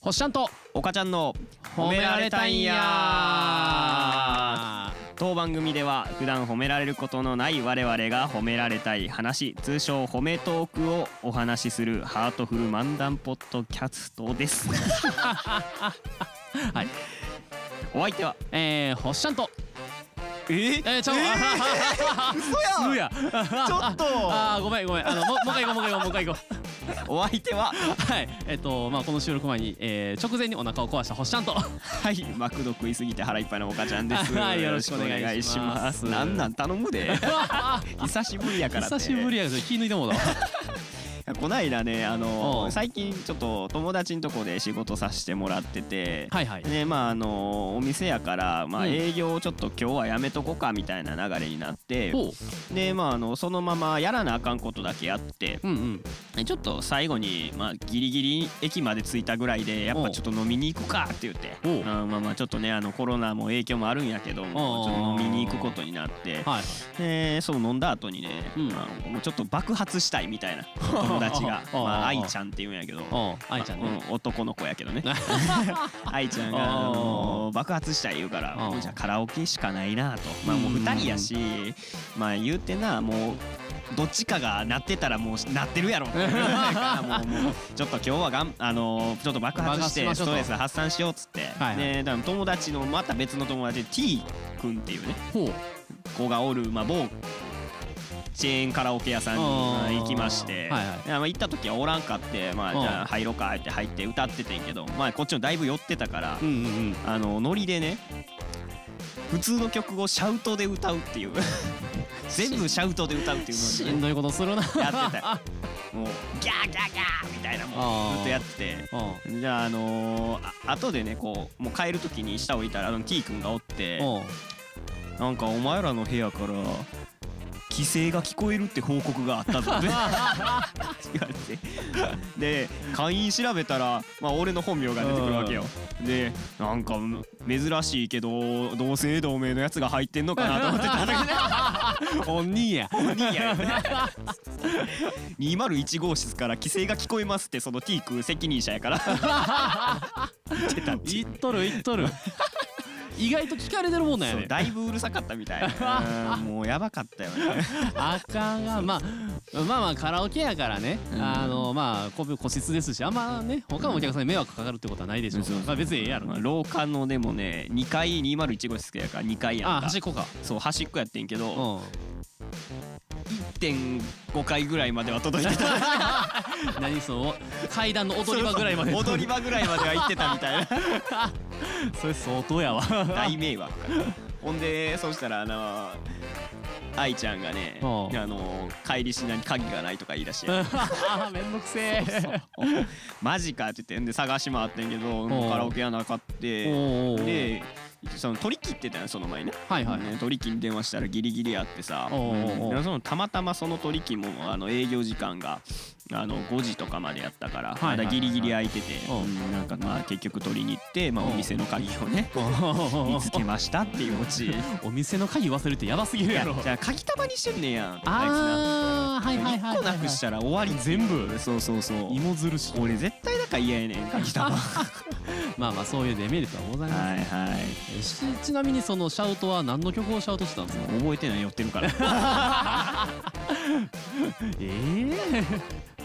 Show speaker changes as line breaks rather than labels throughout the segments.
星ちゃんと
岡ちゃんの
褒められたいんや
当番組では普段褒められることのない我々が褒められたい話通称褒めトークをお話しするハートフル漫談ポッドキャストです
はい、
お相手は
えー、星ちゃんと
えー
えー、ちょ、
嘘
うや
や
ち
ちょっと
あーごめんごめんあのももう一回行こうもう一回行こうもう一回行こ
お相手は
うはいえっ、とまあこの収録前に、えー、直前にお腹を壊した星ちゃんと
はいマクド食いすぎて腹いっぱいの岡ちゃんです
はい よろしくお願いします
よろくお願いしなんなん頼むで 久しぶりやからって
久しぶりやけど気抜いてもうだわ
こないだねあ
おう
の最近ちょっと友達のとこで仕事させてもらってて、
はいはい
ねまああのお店やから、ま
う
あ、
ん
営業をちょっと今日はやめとこかみたいな流れになって、
おう
でまああのそのままやらなあかんことだけやって
うんうん
ちょっと最後に、まあ、ギリギリ駅まで着いたぐらいでやっぱちょっと飲みに行くかって言って
おう
うんまあまあちょっとねあのコロナも影響もあるんやけどもちょっと飲みに行くことになって
はい
でそう飲んだ後にね、
うん
まあもうちょっと爆発したい みたいな友達が
ああ
まあ
あ
愛ちゃんって言うんやけど
おう愛ちゃんね、
うん男の子やけどね愛ちゃん
ああ
があの爆発したい言うから
ああ
もうじゃあカラオケしかないなとまあもう2人やしまあ言うてなもうどっちかが鳴ってたらもう鳴ってるやろだからもうもうちょっと今日はがんあのちょっと爆発
爆発し
して
ましょう
ス
と
トレス発散しようっつって、
はいはい
ねだから友達のまた別の友達で T 君っていうね
ほ う
子がおる、まあ、某チェーンカラオケ屋さんにまあ
あー
行きまして、
はいはい
でまあ、行った時はおらんかって、まあ、
うん
じゃあ入ろうかって入って歌っててんけど、まあ、こっちもだいぶ寄ってたから、
うんうんうん
あのノリでね普通の曲をシャウトで歌 うっていう全部シャウトで歌うっていう
し
のを
んどいことするな
やって たもうギャーギャーギャーみたいなも
あー
うずっとやってて。
おう
じゃあ、あのーあ後でねこうもう帰る時に下をいたらあの T 君がおって
おう
なんかお前らの部屋から規制が聞こえるって報告があったぞって 言われてで会員調べたら、まあ、俺の本名が出てくるわけよでなんか珍しいけど同姓同名のやつが入ってんのかなと思ってたんだ
お兄や
けどいいや201号室から規制が聞こえますってその T 君責任者やから 言ってたっていう
言っとる言っとる意外と聞かれてるもんなんや
そう
ね
だいぶうるさかったみたい なうんもうやばかったよね
あかんがまあまあまあカラオケやからね、
うん
あのまあ個個室ですしあんまね他のお客さんに迷惑かかるってことはないでしょう、
そうそう
まあ、別にええやろ、
まあ廊下のでもね2階201号室やから2階やん
あ
か
あ端っこか
そう端っこやってんけ
う
ど
ん
1.5階ぐらいまでは届いてた
何その階段の踊り場ぐらいまで
踊り場ぐらいまでは行ってたみたいな
それ相当やわ
大迷惑ほんでそうしたらあの愛ちゃんがね、
うん
あの帰りしなに鍵がないとか言い出して
あーめんどくせえ
「 マジか」って言ってんで探し回ってんけど、もうカラオケ屋なかって
おうおうおう
でその取り切ってたよその前ね
はいはい、
ね、取り金に電話したらギリギリやってさ、
おうおうおう
でそのたまたまその取り金もあの営業時間があの5時とかまでやったから、
いはいはい
まだギリギリ空いてて、
おう
うんなんかまあ結局取りに行って、まあ、
おう
お店の鍵をね見つけましたっていう オチ
お店の鍵忘れるってやばすぎる
い
や
や
ろ
じゃあ鍵束にしてんねやあ
ああはいい
つな
はいはい
1個なくしたら終わり
全部
そうそうそう
芋づるし
俺絶対だから嫌やねん鍵束 は
まあまあそういうデメリットはござい
い
ます、
はい
しちなみにそのシャウトは何の曲をシャウトしてたんですか
覚えてない寄ってるから
ええ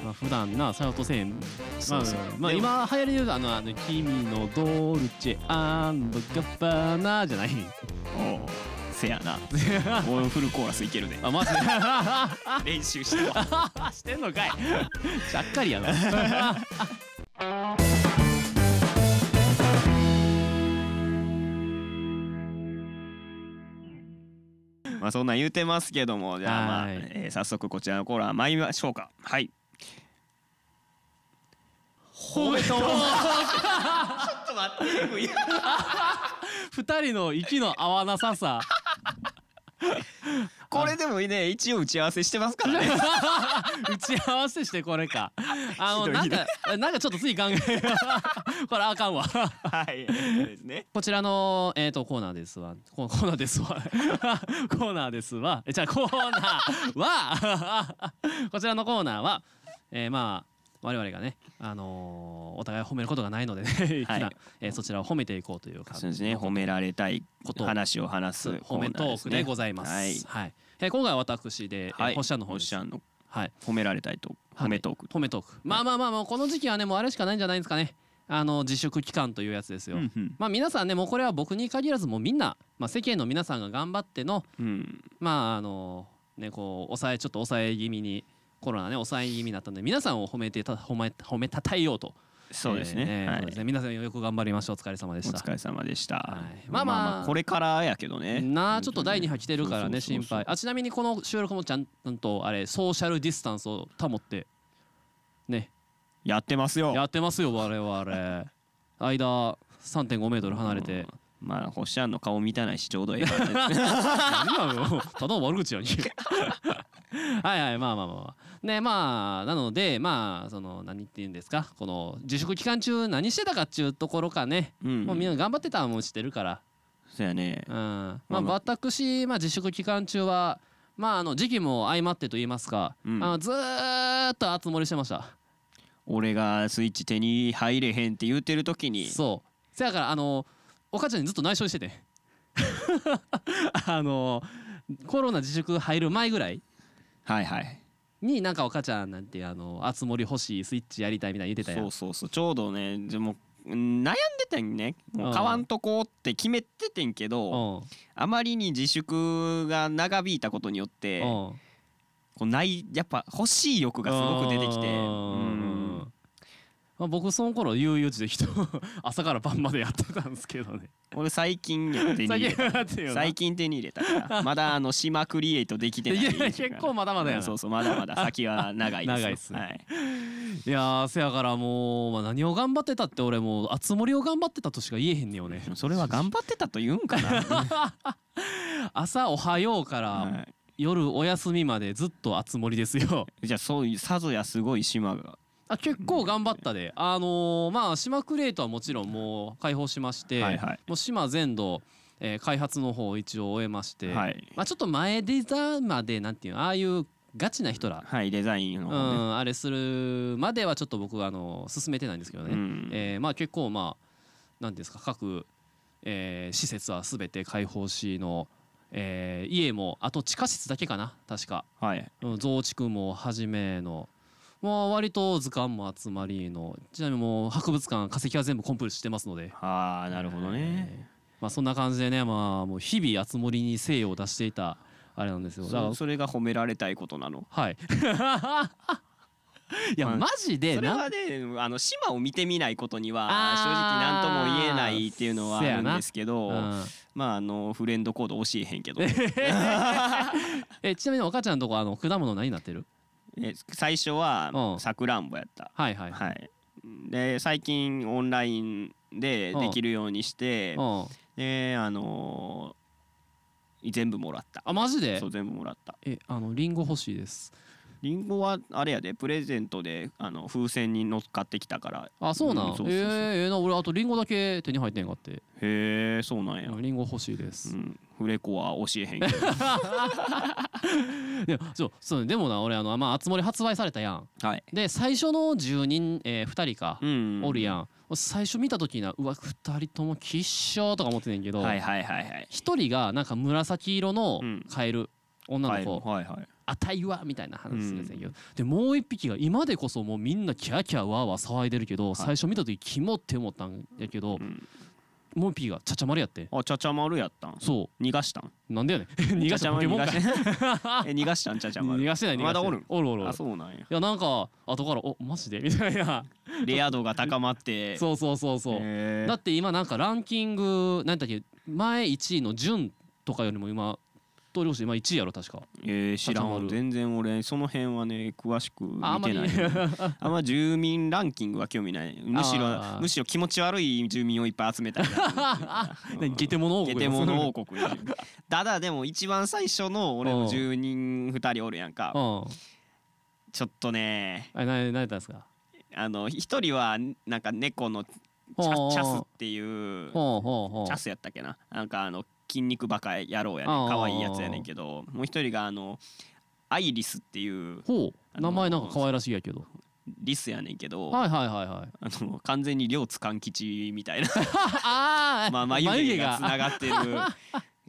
まあ普段なシャウトせえへん
そうそう
まあ、まあ、
でも
今流行りで言うとあのあの「君のドルチェガッバーナ」じゃない
おうせ やな俺フルコーラスいけるで
あマジで
練習してわ
してんのかいちゃっかりやな
まあそんなん言うてますけどもじゃあまあ、
はい
えー早速こちらのコーナー参りましょうかはい
褒めと
ちょっと待っていや
二人の息の合わなささ
これでもね一応打ち合わせしてますか らね
打ち合わせしてこれかあの
ひどい
なん
ひどい
かなんかちょっと次考えこれあかんわ
はいそうですね
こちらの、えー、とコーナーですわココーナーですわ コーナーですわ えじゃあコーナーはこちらのコーナーは、えーまあ我々がね、あのーお互い褒めることが ないのでね普段、
はい
えーそちらを褒めていこうという感
そうですね褒められたい
ことを
話を話す
褒めトークでご
ざ
ざ
い
います。
は
はいい、えー今回は私で、えー
はい
星ちゃんの方
ま
ですす。
ゃんの
はい。
褒められたいと
はい
褒めトーク
褒めトーク。まあまあまあもうこの時期はねもうあれしかないんじゃないですかね。あの自粛期間というやつですよ。
うんうん
まあ皆さんねもうこれは僕に限らずもうみんな、まあ、世間の皆さんが頑張っての
うん
まああのねこう抑えちょっと抑え気味にコロナね抑え気味だったんで皆さんを褒めてた褒め褒めたたえようと
そうです
えー
ね
えー
は
そうです
い
ね皆さんよく頑張りましょうお疲れ様で
お
した
疲れ様でした
はい
ま
ま
あ
あまあ
まあこれからやけどね
なあちょっと第2波来てるからね
そうそう
心
そうそう
配あちなみにこの収録もちゃんとあれソーシャルディスタンスを保ってね
やってますよ
やってますよ我々間3.5メートル離れ
う
て
んまあ星ちゃんの顔見たないしちょうどいいからね
何なのただの悪口やに はいはいまあまあまあまあねまあなのでまあその何って言うんですかこの自粛期間中何してたかっちゅうところかね、
うん
もうみんな頑張ってたのも知ってるから
そうやね
うんま
まあ
あ私、まあ、自粛期間中はまああの時期も相まってと言いますか、
うん
あのずーっと熱盛りしてました
俺がスイッチ手に入れへんって言うてる時に
そうせやからあのお母ちゃんにずっと内緒にしてて あのコロナ自粛入る前ぐらい
はいはい
になんかお母ちゃんなんてあの熱盛欲しいスイッチやりたいみたいに言ってたや
そ
ん
うそうそうちょうどねでもうん悩んでたんねもう買わんとこって決めててんけど
うん
あまりに自粛が長引いたことによって
うん
こうないやっぱ欲しい欲がすごく出てきて
う
うん
んまあ、僕その頃悠々自適と 朝から晩までやってたんですけどね
俺最近や手に入れ
最近
た
やってるよな
最近手に入れたから まだあの島クリエイトできてない
いやいや結構まだまだやな
うんそうそうまだまだ先は長いですよ
長いっすね
はい
いやーせやからもう、まあ、何を頑張ってたって俺もう熱盛を頑張ってたとしか言えへんねよね
でもそれは頑張ってたと言うんか な
朝おはようから、
は
夜お休みまでずっと熱盛ですよ
いじゃあそういうさぞやすごい島が
あ結構頑張ったであのーまあ島クレートはもちろんもう開放しまして、
はいはい
もう島全土、えー開発の方を一応終えまして、
はい
まあ、ちょっと前デザまでなんていうのああいうガチな人ら、
はいデザインの
う
方ね
ん、あれするまではちょっと僕はあの進めてないんですけどね、
うん
えーまあ結構まあ何ですか各、えー施設は全て開放しの、えー家もあと地下室だけかな確か
はい
うん増築もはじめのもう割と図鑑も集まりのちなみにもう博物館化石は全部コンプリートしてますので、
ああなるほどね
まあ、そんな感じでね、まあ、もう日々熱盛りに精を出していたあれなんですよだから
そそれが褒められたいことなの
はい いや、
まあ
マジで
それ
な
はねあの島を見てみないことには
あ
正直
ー
何とも言えないっていうのはあ
せや
る
なん
ですけど
うん
まああのフレンドコード教えへんけど
えちなみにお母ちゃんのとこあの果物何になってる
え最初は
うん
さくらんぼやった
はいはい、
はいで最近オンラインでできるようにして
うん
であのー全部もらった
あマジで
そう全部もらった
えあのリンゴ欲しいです
リンゴはあれやでプレゼントであの風船に乗っかってきたから
あそうなん、
うんそうそうそう
えーええな俺あとリンゴだけ手に入ってんかって
へえそうなんや、
リンゴ欲しいです、
うん、フレコは教えへんけど
いやそうそう でもな俺あのまあ熱盛発売されたやん
はい
で最初の10人、えー、2人か、
うん
おるやん俺最初見た時になうわ2人ともきっしょーとか思ってんねんけど、
はいはいはいはい
1人がなんか紫色の
うん
カエル、女の子、
はいはいはい
あたいはみたいな話するんですけど、でもう一匹が今でこそもうみんなキャーキャーワーワー騒いでるけど、
い
最初見た時キモって思ったんやけど、
ん
もう一匹がちゃちゃ丸やって
あちゃちゃ丸やったん
そ
逃がしたん
うなんだよね逃がし
ち
た
ゃちゃ
ポ
丸
ケモンかい
逃がし え逃がしたんちゃちゃ丸
逃がしてない逃がしてない
まだおるん
おるおるおる
あそうなんや
いやなんか後から「おマジで?」み たいな
レア度が高まって
そうそうそうそう、
へー
だって今なんかランキングなんだっけ前1位の順とかよりも今投了して今1位やろ確か
えー、知らんわ
立ち回る
全然俺その辺はね詳しく見
ああんま
て
り
ない あんま住民ランキングは興味ないむしろ
あー
むしろ気持ち悪い住民をいっぱい集めたいな
何ゲテモノ王
ゲ
国
テモノ王国に ただでも一番最初の俺の住人2人おるやんか
王うん
ちょっとね
あれ何何やったんですか
あの一人はなんか猫のチャチャスっていう
ほうほうほう
チャスやったっけななんかあの筋肉バカ野郎やね
あ
ん
ー
可愛いやつやねんけどもう一人があのアイリスっていう
ほう
あの
名前なんか可愛らしいやけど
リスやねんけど、
はいはいはいはい。
あの完全に両津勘吉みたいな
ああ、
まあ眉毛がつ
あ
ながってる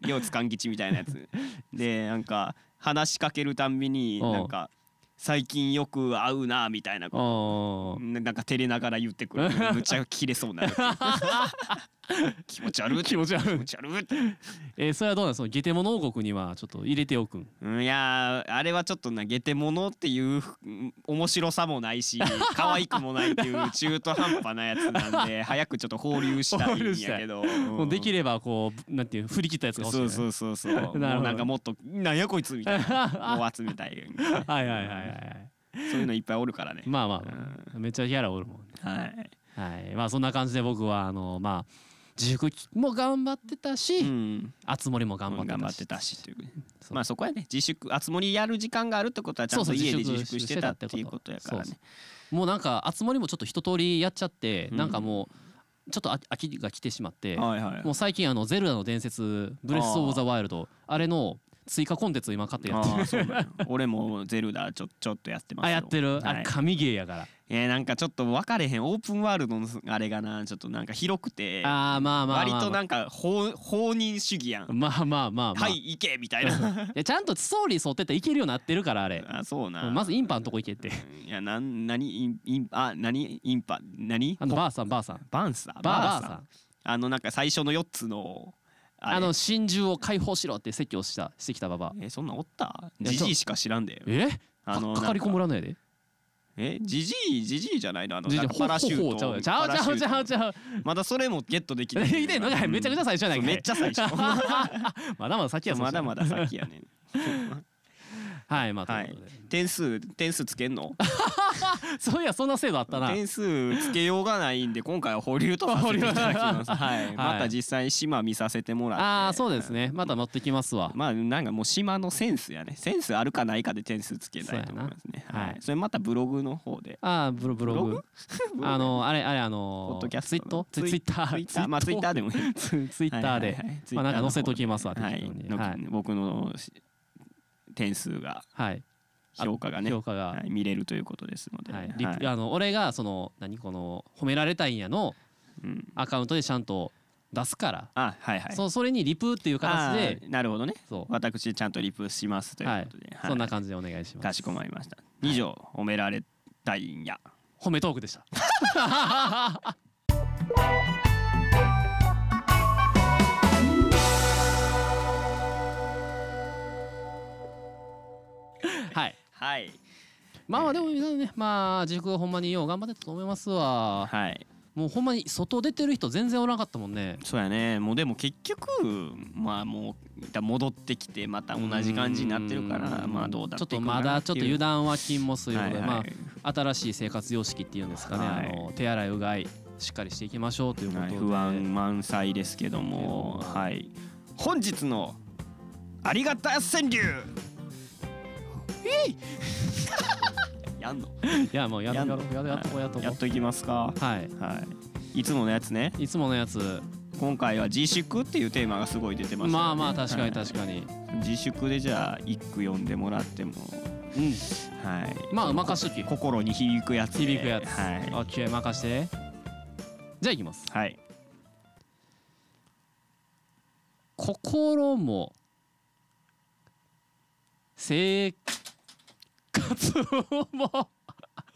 両津勘吉みたいなやつでなんか話しかけるたんびに
うん
なんか最近よく会うなみたいなこ
ー
とななんか照れながら言ってくる むちゃ切れそうになる気持ち悪い
気持ち悪い
気持ち悪い
えーそれはどうなんですかゲテモノ王国にはちょっと入れておくん
うんいやーあれはちょっとなゲテモノっていううん面白さもないし可愛くもないっていう中途半端なやつな んで早くちょっと放流したいんやけど、
もうでき
る
ればこうなんていう振り切ったやつが欲しい、
そ
ね、
うそうそう そうもう
なるほど
なんかもっと「なんやこいつ」みたい なもう集めたい
はいはいはいはい
そういうのいっぱいおるからね、
まあまあ、めっちゃキャラおるもんね
はい、
はいまあそんな感じで僕はあのまあ自粛も頑張ってたし、
うん、
あつ森も頑張ってたし
頑張ってたしという
そう
まあそこやね自粛あつ森やる時間があるってことはちゃん
そ
と
うそう
家で
自
自
粛
粛してたっていうことやからね
そうもうなんかあつ森もちょっと一通りやっちゃって、
うん
なんかもうちょっとあ飽きが来てしまって、
はいはい
もう最近あの「ゼルダの伝説ブレス・オブ・ザ・ワイルド」あれの追加コンテンツを今買ってやってる
あーそうなんや俺もゼルダちょちょっとやってますよ
あやってる、あ
は
れ
い
神ゲーやから
えー、なんかちょっと分かれへんオープンワールドのあれがなちょっとなんか広くて
あーまあまあまあまあ
割となんか放放任主義やん、
まあまあまあまあ、
はい行けみたいな
いやちゃんとストーリー沿ってたらいけるようになってるからあれ
あそうな
まずインパのとこ行けって
いやなん何インインあ何インパ何
あのばあさんばあさん
バンサー
ばあばあ
ー
さ
サー
ん
あのなんか最初の4つのあれ
あの真珠を解放しろって説教したしてきたばば
えそんなんおった
いや
ジジイしか知らんで
え
あの
かかかりこ
なん
村のやで
えジジイジジイじゃないのあの
じい
な
じ
ん
い
かパラシュ
ほほ
ー
ほちゃう
ト
ちゃうちゃうちゃうちゃう
まだそれもゲットできない
できてんの かいめちゃくちゃ最初やないかい
めっちゃ最 初
まだまだ先や
まだま
だ
だ先やねん
はいまあと
はいいう
ことで、
点数点数つけんの
そういやそんな制度あったな
点数つけようがないんで今回は保留とさせていただきます、はいまた実際島見させてもらって
ああーそうですねまた乗ってきますわ
まあなんかもう島のセンスやねセンスあるかないかで点数つけたいと思いますね
そうやな
は
はい
いそれまたブログの方で
ああブロブロ
ブ
グあのあれあれあの
ポッドキャスト
ツイットツイ
ツイ
ッター
ツイッターまあツイッターでもいい
ツツイッター
はいは
で
いはい
まあなんか載せときますわ
ツイッターの
適当
方
に
では
はい
いの僕のし点数が
はい
評価がね
評価が
はい見れるということですので
はいリプ
はい
あの俺がその何この褒められたいんやの
うん
アカウントでちゃんと出すから
あはいはい
そそれにリプっていう形で
あーなるほどね
そう
私ちゃんとリプしますということで、はい
そんな感じでお願いしま
か
す
しこまりました以上、褒められたいんや
褒めトークで したはい
はい
まあまあでも皆さんねまあ自粛ほんまによう頑張ってたと思いますわ
はい
もうほんまに外出てる人全然おらんかったもんね
そうやねもうでも結局まあもうだ戻ってきてまた同じ感じになってるから
うん
まあどうだ
ちょ
て
っ
いく
と
のか
ま
な
だ
て
ち
い
ょ
う
っと油断は禁物ということで、
はいはい
まあ新しい生活様式っていうんですかね、
は
あ
い
の手洗いうがいしっかりしていきましょうということ
は
で、
い不安満載ですけども
けども
はい本日のありがた川柳えい やんの
いやもうやるや
ん
ろ
の
うやるやっとこうやっとこ
やっといきますか
うはい
はいいつものやつね
いつものやつ
今回は自粛っていうテーマがすごい出てますよね
まあまあ確かに
はい
確かに、
自粛でじゃあ一句読んでもらっても
うん
はい
まあ任しとき
心に響くやつで
響くやつ、
は
OK 任してじゃあいきます
い、はい、
心も生活も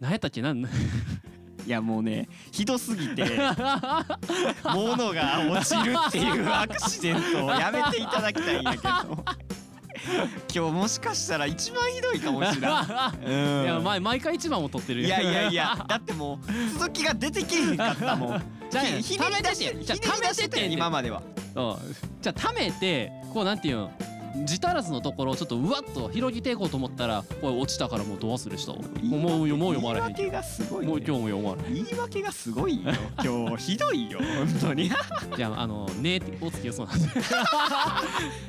何やったっけなん
いやもうねひどすぎて物が落ちるっていうアクシデントをやめていただきたいんやけど今日もしかしたら一番ひどいかもしれないうん
いや毎毎回一番を取ってる
いやいやいやだってもう続きが出てけえへんかったもん
じゃあ
ひひねり出し
た
て
めて
ひねり出してたよ
じゃあためてて
今までは
うんじゃあ貯めてこうなんていうの自足らずのところをちょっとうわっと広げていこうと思ったらこれ落ちたからもうど忘れしたわもうよもう読まれへん
言い訳がすごい、ね、
もう今日も読まれへ
言い訳がすごいよ今日ひどいよ本当に
んじゃああの「ね」っておつけそうなんで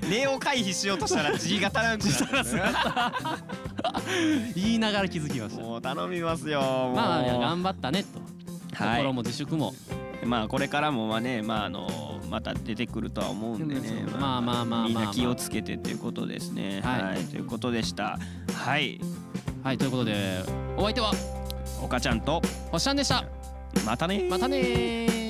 礼を回避しようとしたら字が足らんくなった
言いながら気づきましたま
もう頼みますよ
あ
もう
まあいや頑張ったねと
はい
心も自粛も
まあこれからもまあねまああのまた出てくるとは思うんで
そう
ね
まあまあまあまあ
みんな気をつけてということですね
はい
はいということでしたはい
はいということでお相手は
岡ちゃんと
星ちゃんでした
またねー
またねー